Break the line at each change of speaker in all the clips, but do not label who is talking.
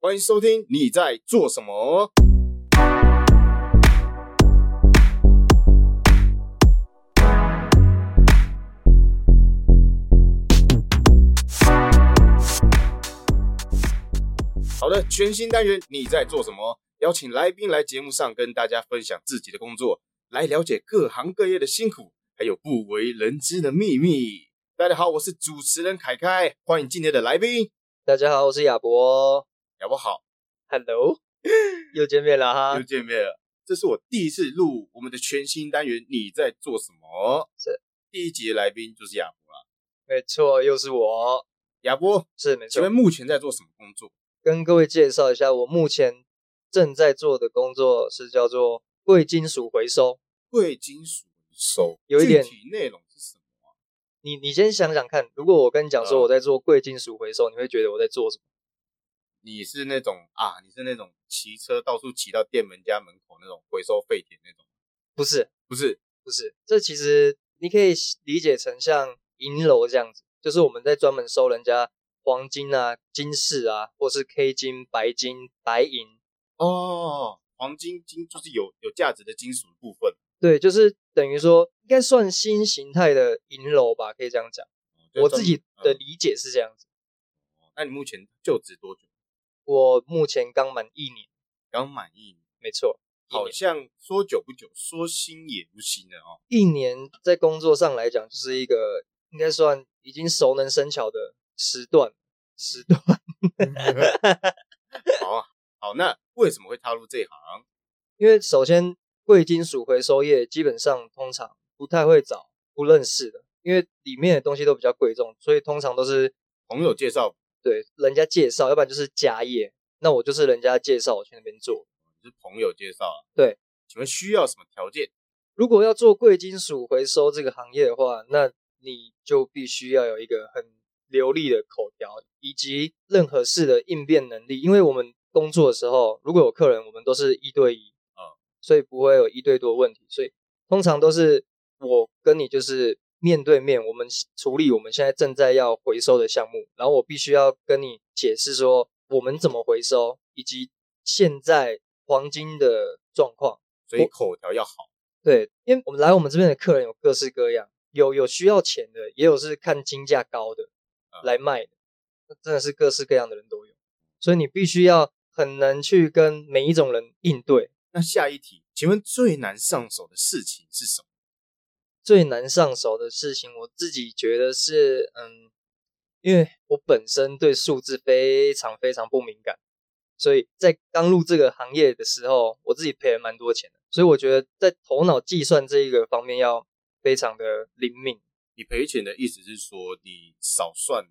欢迎收听你在做什么？好的，全新单元你在做什么？邀请来宾来节目上跟大家分享自己的工作，来了解各行各业的辛苦，还有不为人知的秘密。大家好，我是主持人凯凯，欢迎今天的来宾，
大家好，我是亚博
好不好？
，Hello，又 见面了哈
又，见面了。这是我第一次录我们的全新单元，你在做什么？
是
第一集的来宾就是亚博啦。
没错，又是我，
亚博，
是没
请
错
问。目前在做什么工作？
跟各位介绍一下，我目前正在做的工作是叫做贵金属回收。
贵金属收，
有一点
具体内容是什么？
你你先想想看，如果我跟你讲说
嗯
我在做贵金属回收，你会觉得我在做什么？
你是那种啊，你是那种骑车到处骑到店门家门口那种回收废铁那种？
不是，
不是，
不是，这其实你可以理解成像银楼这样子，就是我们在专门收人家黄金啊、金饰啊，或是 K 金、白金、白银
哦，黄金金就是有有价值的金属部分，
对，就是等于说应该算新形态的银楼吧，可以这样讲。
哦就
我
专
自己的
嗯
理解是这样子。
那你目前就职多久？
我目前刚满一年，
刚满意，
没错，一
好
年
像说久不久，说新也不新了哦。
一年在工作上来讲，就是一个应该算已经熟能生巧的时段，时段。
好啊，好，那为什么会踏入这一行？啊
因为首先贵金属回收业基本上通常不太会找不认识的，因为里面的东西都比较贵重，所以通常都是
朋友介绍，
对人家介绍，要不然就是家业。那我就是人家介绍我去那边做。
是朋友介绍啊。
对，
请问需要什么条件？
如果要做贵金属回收这个行业的话，那你就必须要有一个很流利的口条，以及任何事的应变能力。因为我们工作的时候，如果有客人，我们都是一对一，
嗯，
所以不会有一对多的问题。所以通常都是我跟你就是面对面，我们处理我们现在正在要回收的项目，然后我必须要跟你解释说我们怎么回收，以及现在黄金的状况。
所以
我
口条要好。
对，因为我们来我们这边的客人有各式各样，有有需要钱的，也有是看金价高的
嗯
来卖的，那真的是各式各样的人都有，所以你必须要很能去跟每一种人应对。
那下一题，请问最难上手的事情是什么？
最难上手的事情，我自己觉得是，嗯，因为我本身对数字非常非常不敏感，所以在刚入这个行业的时候，我自己赔了蛮多钱的，所以我觉得在头脑计算这一个方面要非常的灵敏。
你赔钱的意思是说你少算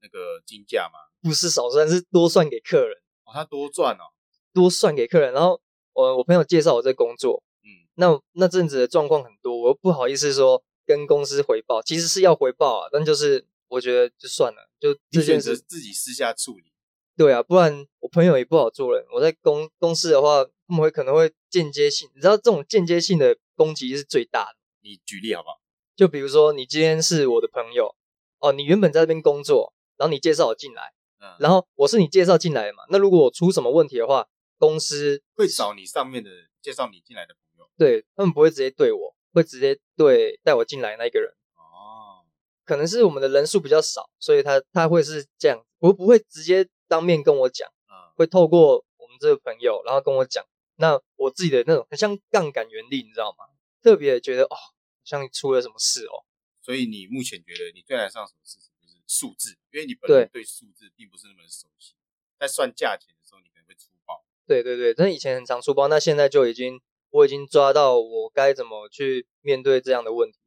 那个金价吗？
不是少算，是多算给客人，
哦，他多赚哦。
多算给客人。然后我我朋友介绍我这工作，
嗯，
那那阵子的状况很多，我又不好意思说跟公司回报，其实是要回报啊，但就是我觉得就算了，就
你
这
选
件
择
事，
自己私下处理。
对啊，不然我朋友也不好做人。我在公公司的话，他们会可能会间接性，你知道这种间接性的攻击是最大的。
你举例好不好？
就比如说，你今天是我的朋友，哦，你原本在这边工作，然后你介绍我进来，
嗯，
然后我是你介绍进来的嘛，那如果我出什么问题的话，公司
会找你上面的人介绍你进来的朋友。
对他们不会直接对我，会直接对带我进来那一个人。
哦，
可能是我们的人数比较少，所以他他会是这样，我不会直接当面跟我讲，
嗯，
会透过我们这个朋友，然后跟我讲。那我自己的那种很像杠杆原理，你知道吗？特别觉得哦，好像出了什么事哦。
所以你目前觉得你最难上手的事情就是数字，因为你本人对数字并不是那么的熟悉，在算价钱的时候你可能会粗 暴。
对对对，但以前很常出包，那现在就已经我已经抓到我该怎么去面对这样的问题，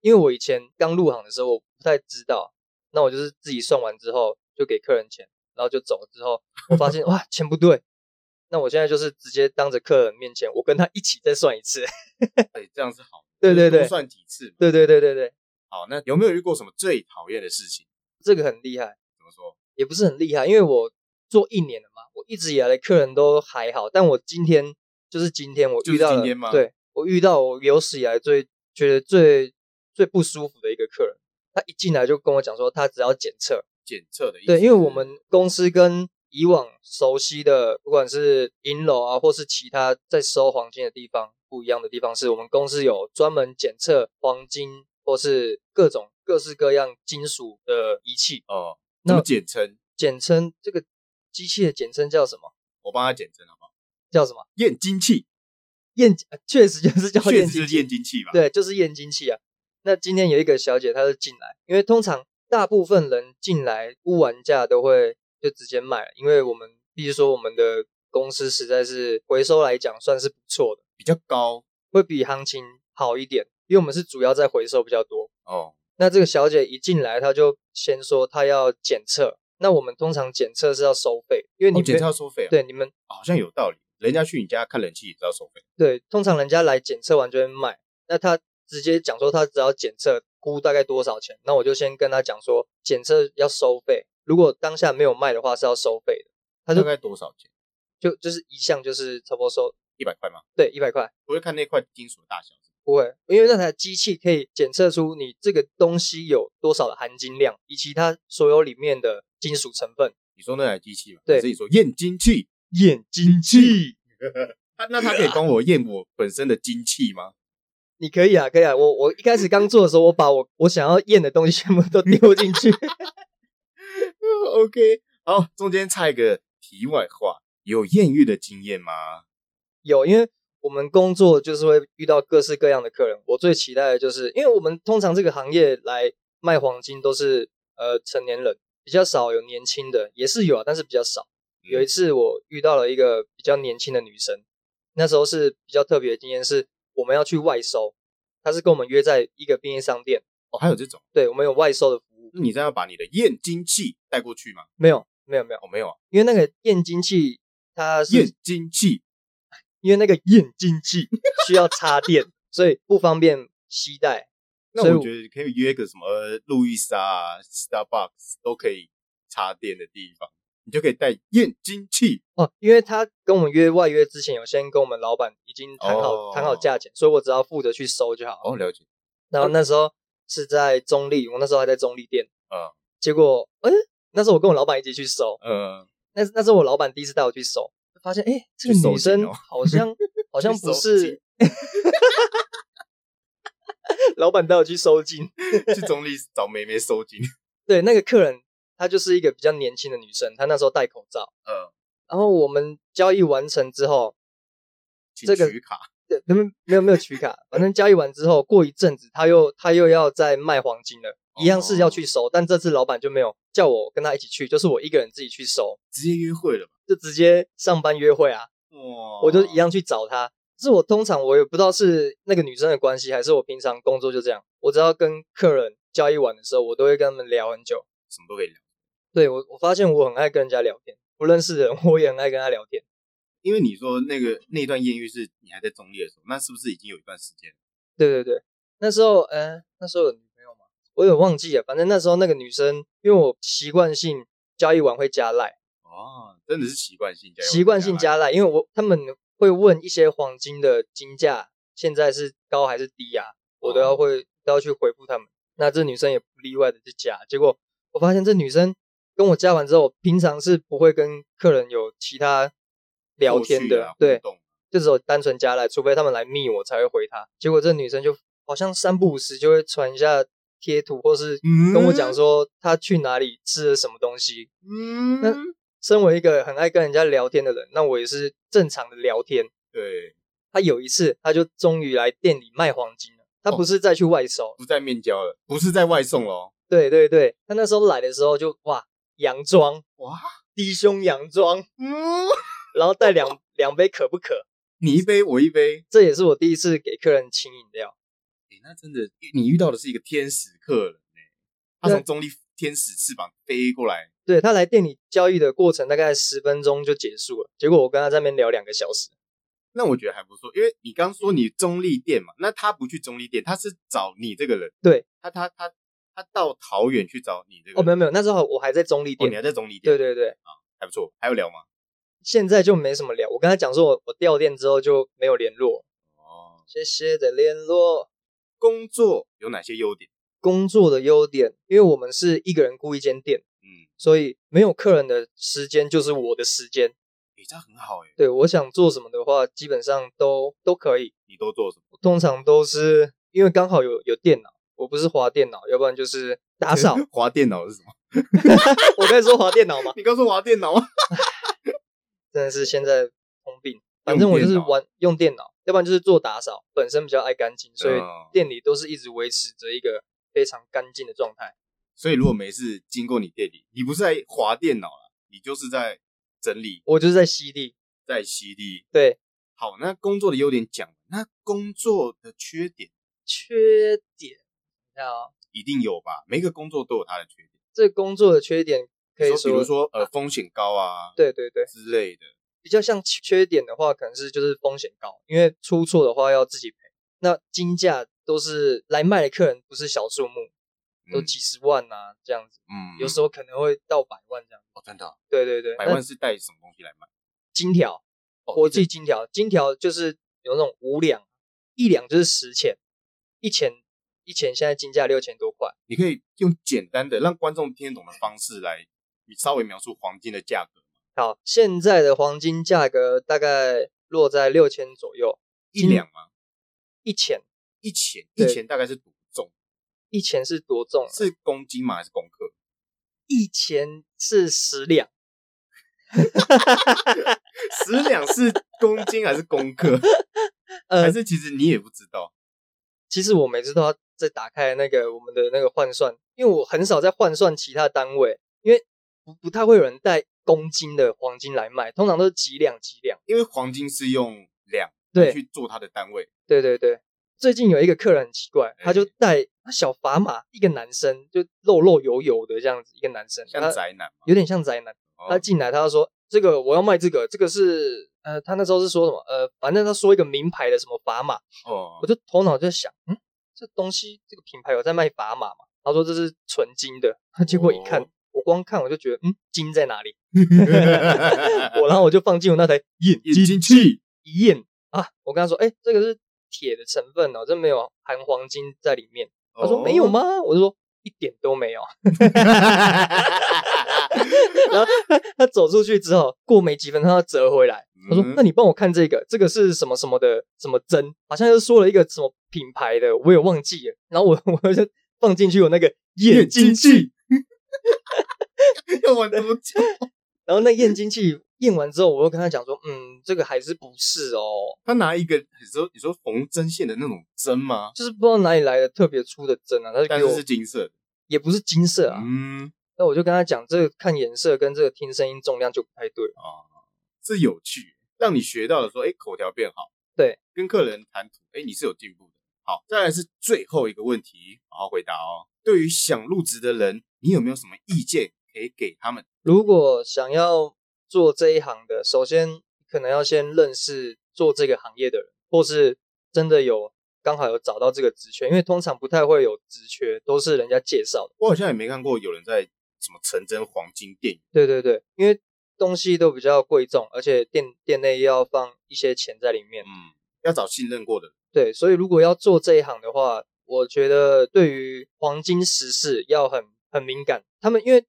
因为我以前刚入行的时候我不太知道，那我就是自己算完之后就给客人钱，然后就走了之后，我发现哇钱不对，那我现在就是直接当着客人面前，我跟他一起再算一次，
对，这样是好的。
对对对
多算几次嘛。
对对对对对，
好，那有没有遇过什么最讨厌的事情？
这个很厉害。
怎么说？
也不是很厉害，因为我做一年了嘛，我一直以来的客人都还好，但我今天就是今天我
就是
遇到了，
今天吗
对我遇到我有史以来最觉得最最不舒服的一个客人，他一进来就跟我讲说他只要检测，
检测的意思？
对，因为我们公司跟以往熟悉的，不管是银楼啊，或是其他在收黄金的地方不一样的地方，是我们公司有专门检测黄金或是各种各式各样金属的仪器，
哦，
那
怎么简称？
简称这个机器的简称叫什么？
我帮他简称好不好？
叫什么？
验金器，
验，呃确实就是叫
确
验
实
金
是
器
验金器吧？，
对，就是验金器啊。那今天有一个小姐，她就进来，因为通常大部分人进来估完价都会就直接卖了，因为我们必须说我们的公司实在是回收来讲算是不错的，
比较高
会比行情好一点，因为我们是主要在回收比较多。
哦，
那这个小姐一进来，她就先说她要检测，那我们通常检测是要收费，因为
哦
你们、
检测要收费啊？
对你们
啊，好像有道理。人家去你家看冷气也是要收费，
对，通常人家来检测完就会卖，那他直接讲说他只要检测估大概多少钱，那我就先跟他讲说检测要收费，如果当下没有卖的话是要收费的，他
大
就
概多少钱？
就就是一项就是差不多收
一百块吗？
对一百块，
不会看那块金属的大小，
不会，因为那台机器可以检测出你这个东西有多少的含金量，以及它所有里面的金属成分。
你说那台机器嘛？
对
你自己说验金器，
验金器，
他那他可以帮我验我本身的金器 吗？
你可以啊，可以啊，我我一开始刚做的时候，我把我我想要验的东西全部都丢进去。
OK，好，中间插一个题外话，有艳遇的经验吗？
有，因为我们工作就是会遇到各式各样的客人。我最期待的就是，因为我们通常这个行业来卖黄金都是呃成年人，比较少有年轻的，也是有啊，但是比较少。有一次我遇到了一个比较年轻的女生，那时候是比较特别的经验，是我们要去外收，她是跟我们约在一个便利商店，
哦，还有这种，
对我们有外收的服务，
那你这样要把你的验金器带过去吗？
没有，没有，没有，
哦，没有啊，
因为那个验金器它是
验金器
因为那个验金器需要插电，所以不方便携带。
那
所以
我
我
觉得可以约个什么路易莎、啊、Starbucks 都可以插电的地方，你就可以带验金器。
哦，因为他跟我们约外约之前，有先跟我们老板已经谈好、
哦
谈好价钱，所以我只要负责去收就好。
哦，了解。
然后那时候是在中立，我那时候还在中立店，
嗯，
结果哎、那时候我跟我老板一起去收，
呃，
那那时候我老板第一次带我去收，发现哎、这
去
个
收
女生
金哦
好 像好像
去
不
收
是
金，
老板带我去收金，
去中立找梅梅收金。
对，那个客人她就是一个比较年轻的女生，她那时候戴口罩，
呃，
然后我们交易完成之后，
请
这个
取卡。
对，没有没有没有取卡，反正交易完之后，过一阵子他又他又要再卖黄金了，一样是要去收，但这次老板就没有叫我跟他一起去，就是我一个人自己去收，
直接约会了吧？
就直接上班约会啊，
哇
我就一。样去找他。是我通常我也不知道是那个女生的关系，还是我平常工作就这样，我只要跟客人交易完的时候，我都会跟他们聊很久。
什么都可以聊，
对我我发现我很爱跟人家聊天，不认识的人我也很爱跟他聊天。
因为你说那个那一段艳遇是你还在中立的时候，那是不是已经有一段时间了？
对对对，那时候，呃，那时候有女朋友吗？我有点忘记了，反正那时候那个女生，因为我习惯性交易完会加赖，
哦，真的是习惯性加
习惯性加赖，因为我他们会问一些黄金的金价现在是高还是低啊，我都要会、都要去回复他们。那这女生也不例外的去加，结果我发现这女生跟我加完之后，平常是不会跟客人有其他聊天的，对，
啊动
就只有单纯加来，除非他们来密我才会回他。结果这女生就好像三不五时就会传一下贴图，或是
嗯
跟我讲说她去哪里吃了什么东西。那
嗯，
身为一个很爱跟人家聊天的人，那我也是正常的聊天。
对，
她有一次，她就终于来店里卖黄金了。
哦
她不是再去外收，
不在面交了，不是在外送喽。
对对对，她那时候来的时候就哇洋装
哇，
低胸洋装，
嗯，
然后带两两杯可不可，
你一杯我一杯，
这也是我第一次给客人请饮料。
诶那真的你遇到的是一个天使客人欸他
对
从中立天使翅膀飞过来，
对他来店里交易的过程大概十分钟就结束了，结果我跟他在那边聊两个小时。
那我觉得还不错，因为你刚说你中立店嘛，那他不去中立店，他是找你这个人，
对
他他他他到桃园去找你这个人
哦，没有没有，那时候我还在中立
哦，
店。
你还在中立店，
对对对，
还不错，还有聊吗？
现在就没什么聊。我跟他讲说我我调店之后就没有联络，
哦，
谢谢的联络。
工作有哪些优点？
工作的优点，因为我们是一个人雇一间店，
嗯，
所以没有客人的时间就是我的时间。
诶、这样很好诶、
对我想做什么的话，基本上都都可以。
你都做什么？
通常都是因为刚好有有电脑，我不是滑电脑，要不然就是打扫。
划电脑是什么？
我刚才说滑电脑嘛，
你刚说划电脑啊？
真的是现在通病。反正我就
用
是
电脑
玩用电脑，要不然就是做打扫，本身比较爱干净，所以
嗯
店里都是一直维持着一个非常干净的状态。
所以如果每次经过你店里，你不是在划电脑了，你就是在整理，
我就是在吸地，
在吸地。
对，
好，那工作的优点讲，那工作的缺点
缺点啊，
一定有吧？每一个工作都有它的缺点。
这工作的缺点可以
说，比如说呃风险高啊，
对对对，
之类的。
比较像缺点的话，可能是就是风险高，因为出错的话要自己赔。那金价都是来卖的客人不是小数目，
嗯
都几十万啊这样子，
嗯，
有时候可能会到百万这样。
哦真的哦
对对对，
百
那
万是带什么东西来卖？
金条，
哦
国际金条，金条就是有那种五两，一两就是十钱，一钱一钱现在金价六千多块。
你可以用简单的让观众听得懂的方式来稍微描述黄金的价格，
好，现在的黄金价格大概落在六千左右，
一两吗？
一钱
一钱，一
对
钱大概是多重？
一钱是多重啊？
是公斤吗？还是公克？
一钱是十两，
十两是公斤还是公克？
呃
还是其实你也不知道？
其实我每次都要再打开那个我们的那个换算，因为我很少在换算其他单位，因为不不太会有人带公斤的黄金来卖，通常都是几两几两。
因为黄金是用两
对
去做它的单位，
对对对，最近有一个客人很奇怪，他就
哎
带他小砝码，一个男生就肉肉油油的这样子，一个男生，
像
他
宅男嘛。
有点像宅男。
哦
他进来，他就说这个我要卖这个，这个是呃，他那时候是说什么呃，反正他说一个名牌的什么砝码，我
哦，
就头脑就在想，嗯，这东西这个品牌有在卖砝码吗？他说这是纯金的， 结果一看，
哦
我光看我就觉得，嗯，金 在哪里？我然后我就放进我那台眼
眼
睛
睛气，
一验啊，我跟他说，哎、这个是铁的成分哦，这没有含黄金在里面。他说、
哦
没有？吗？我就说一点都没有。 然后他他走出去之后，过没几分钟他折回来，他说：“
嗯
那你帮我看这个，这个是什么什么的什么针，好像又说了一个什么品牌的，我也忘记了。”然后我 我就放进去我那个验金 器，，
要玩多久？
然后那验金器验完之后，我又跟他讲说：“嗯，这个还是不是哦，
他拿一个，你说你说缝针线的那种针吗？
就是不知道哪里来的特别粗的针啊。”他就
但
给我
是是金色的。
也不是金色啊，
嗯，
那我就跟他讲，这个看颜色跟这个听声音重量就不太对了。
哦，这有趣，让你学到了说，哎，口条变好，
对，
跟客人谈吐，哎，你是有进步的。好，再来是最后一个问题，好好回答哦。对于想入职的人，你有没有什么意见可以给他们？
如果想要做这一行的，首先可能要先认识做这个行业的人，或是真的有刚好有找到这个职缺，因为通常不太会有职缺，都是人家介绍的。
我好像也没看过有人在什么成真黄金店，
对对对，因为东西都比较贵重，而且店店内要放一些钱在里面。
嗯，要找信任过的人。
对，所以如果要做这一行的话，我觉得对于黄金时事要很很敏感。他们因为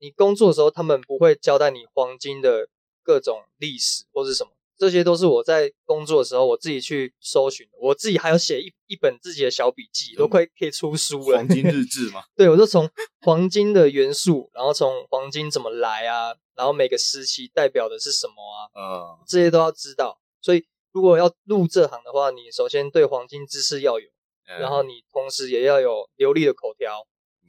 你工作的时候，他们不会交代你黄金的各种历史或是什么，这些都是我在工作的时候我自己去搜寻的。我自己还有写一一本自己的小笔记，都快可以出书了
黄。金日志吗？
对，我就从黄金的元素，然后从黄金怎么来啊，然后每个时期代表的是什么啊，
呃，
这些都要知道。所以如果要入这行的话，你首先对黄金知识要有，
呃
然后你同时也要有流利的口条，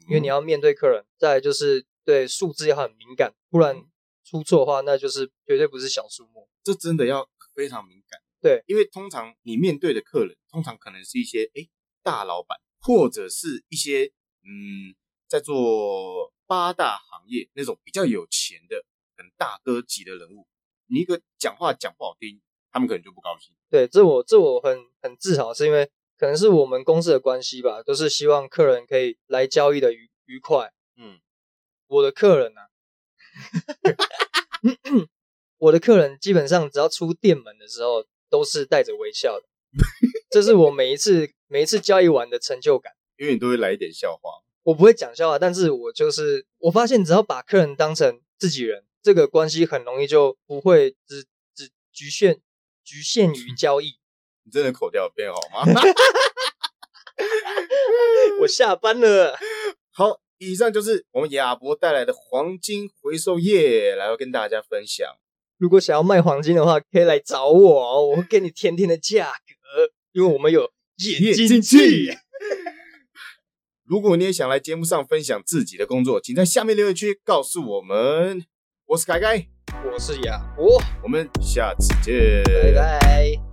因为你
要
要面对客人。再来就是对数字要很敏感，不然出错的话，那就是绝对不是小数目。
这真的要非常敏感。
对，
因为通常你面对的客人，通常可能是一些诶大老板，或者是一些嗯在做八大行业那种比较有钱的，可能大哥级的人物。你一个讲话讲不好听，他们可能就不高兴。
对，这我这我很很自豪，是因为可能是我们公司的关系吧，都是希望客人可以来交易的愉愉快。
嗯，
我的客人啊，我的客人基本上只要出店门的时候都是带着微笑的，这是我每一次每一次交易完的成就感。
因为你都会来一点笑话。
我不会讲笑话，但是我就是我发现，只要把客人当成自己人，这个关系很容易就不会只只局限局限于交易。
你真的口条变好吗？
我下班了，
好，以上就是我们亚博带来的黄金回收业，来要跟大家分享。
如果想要卖黄金的话，可以来找我哦，我会给你甜甜的价格，因为我们有眼睛器。
如果你也想来节目上分享自己的工作，请在下面留言区告诉我们。我是凯凯，
我是亚博，
我们下次见，
拜拜。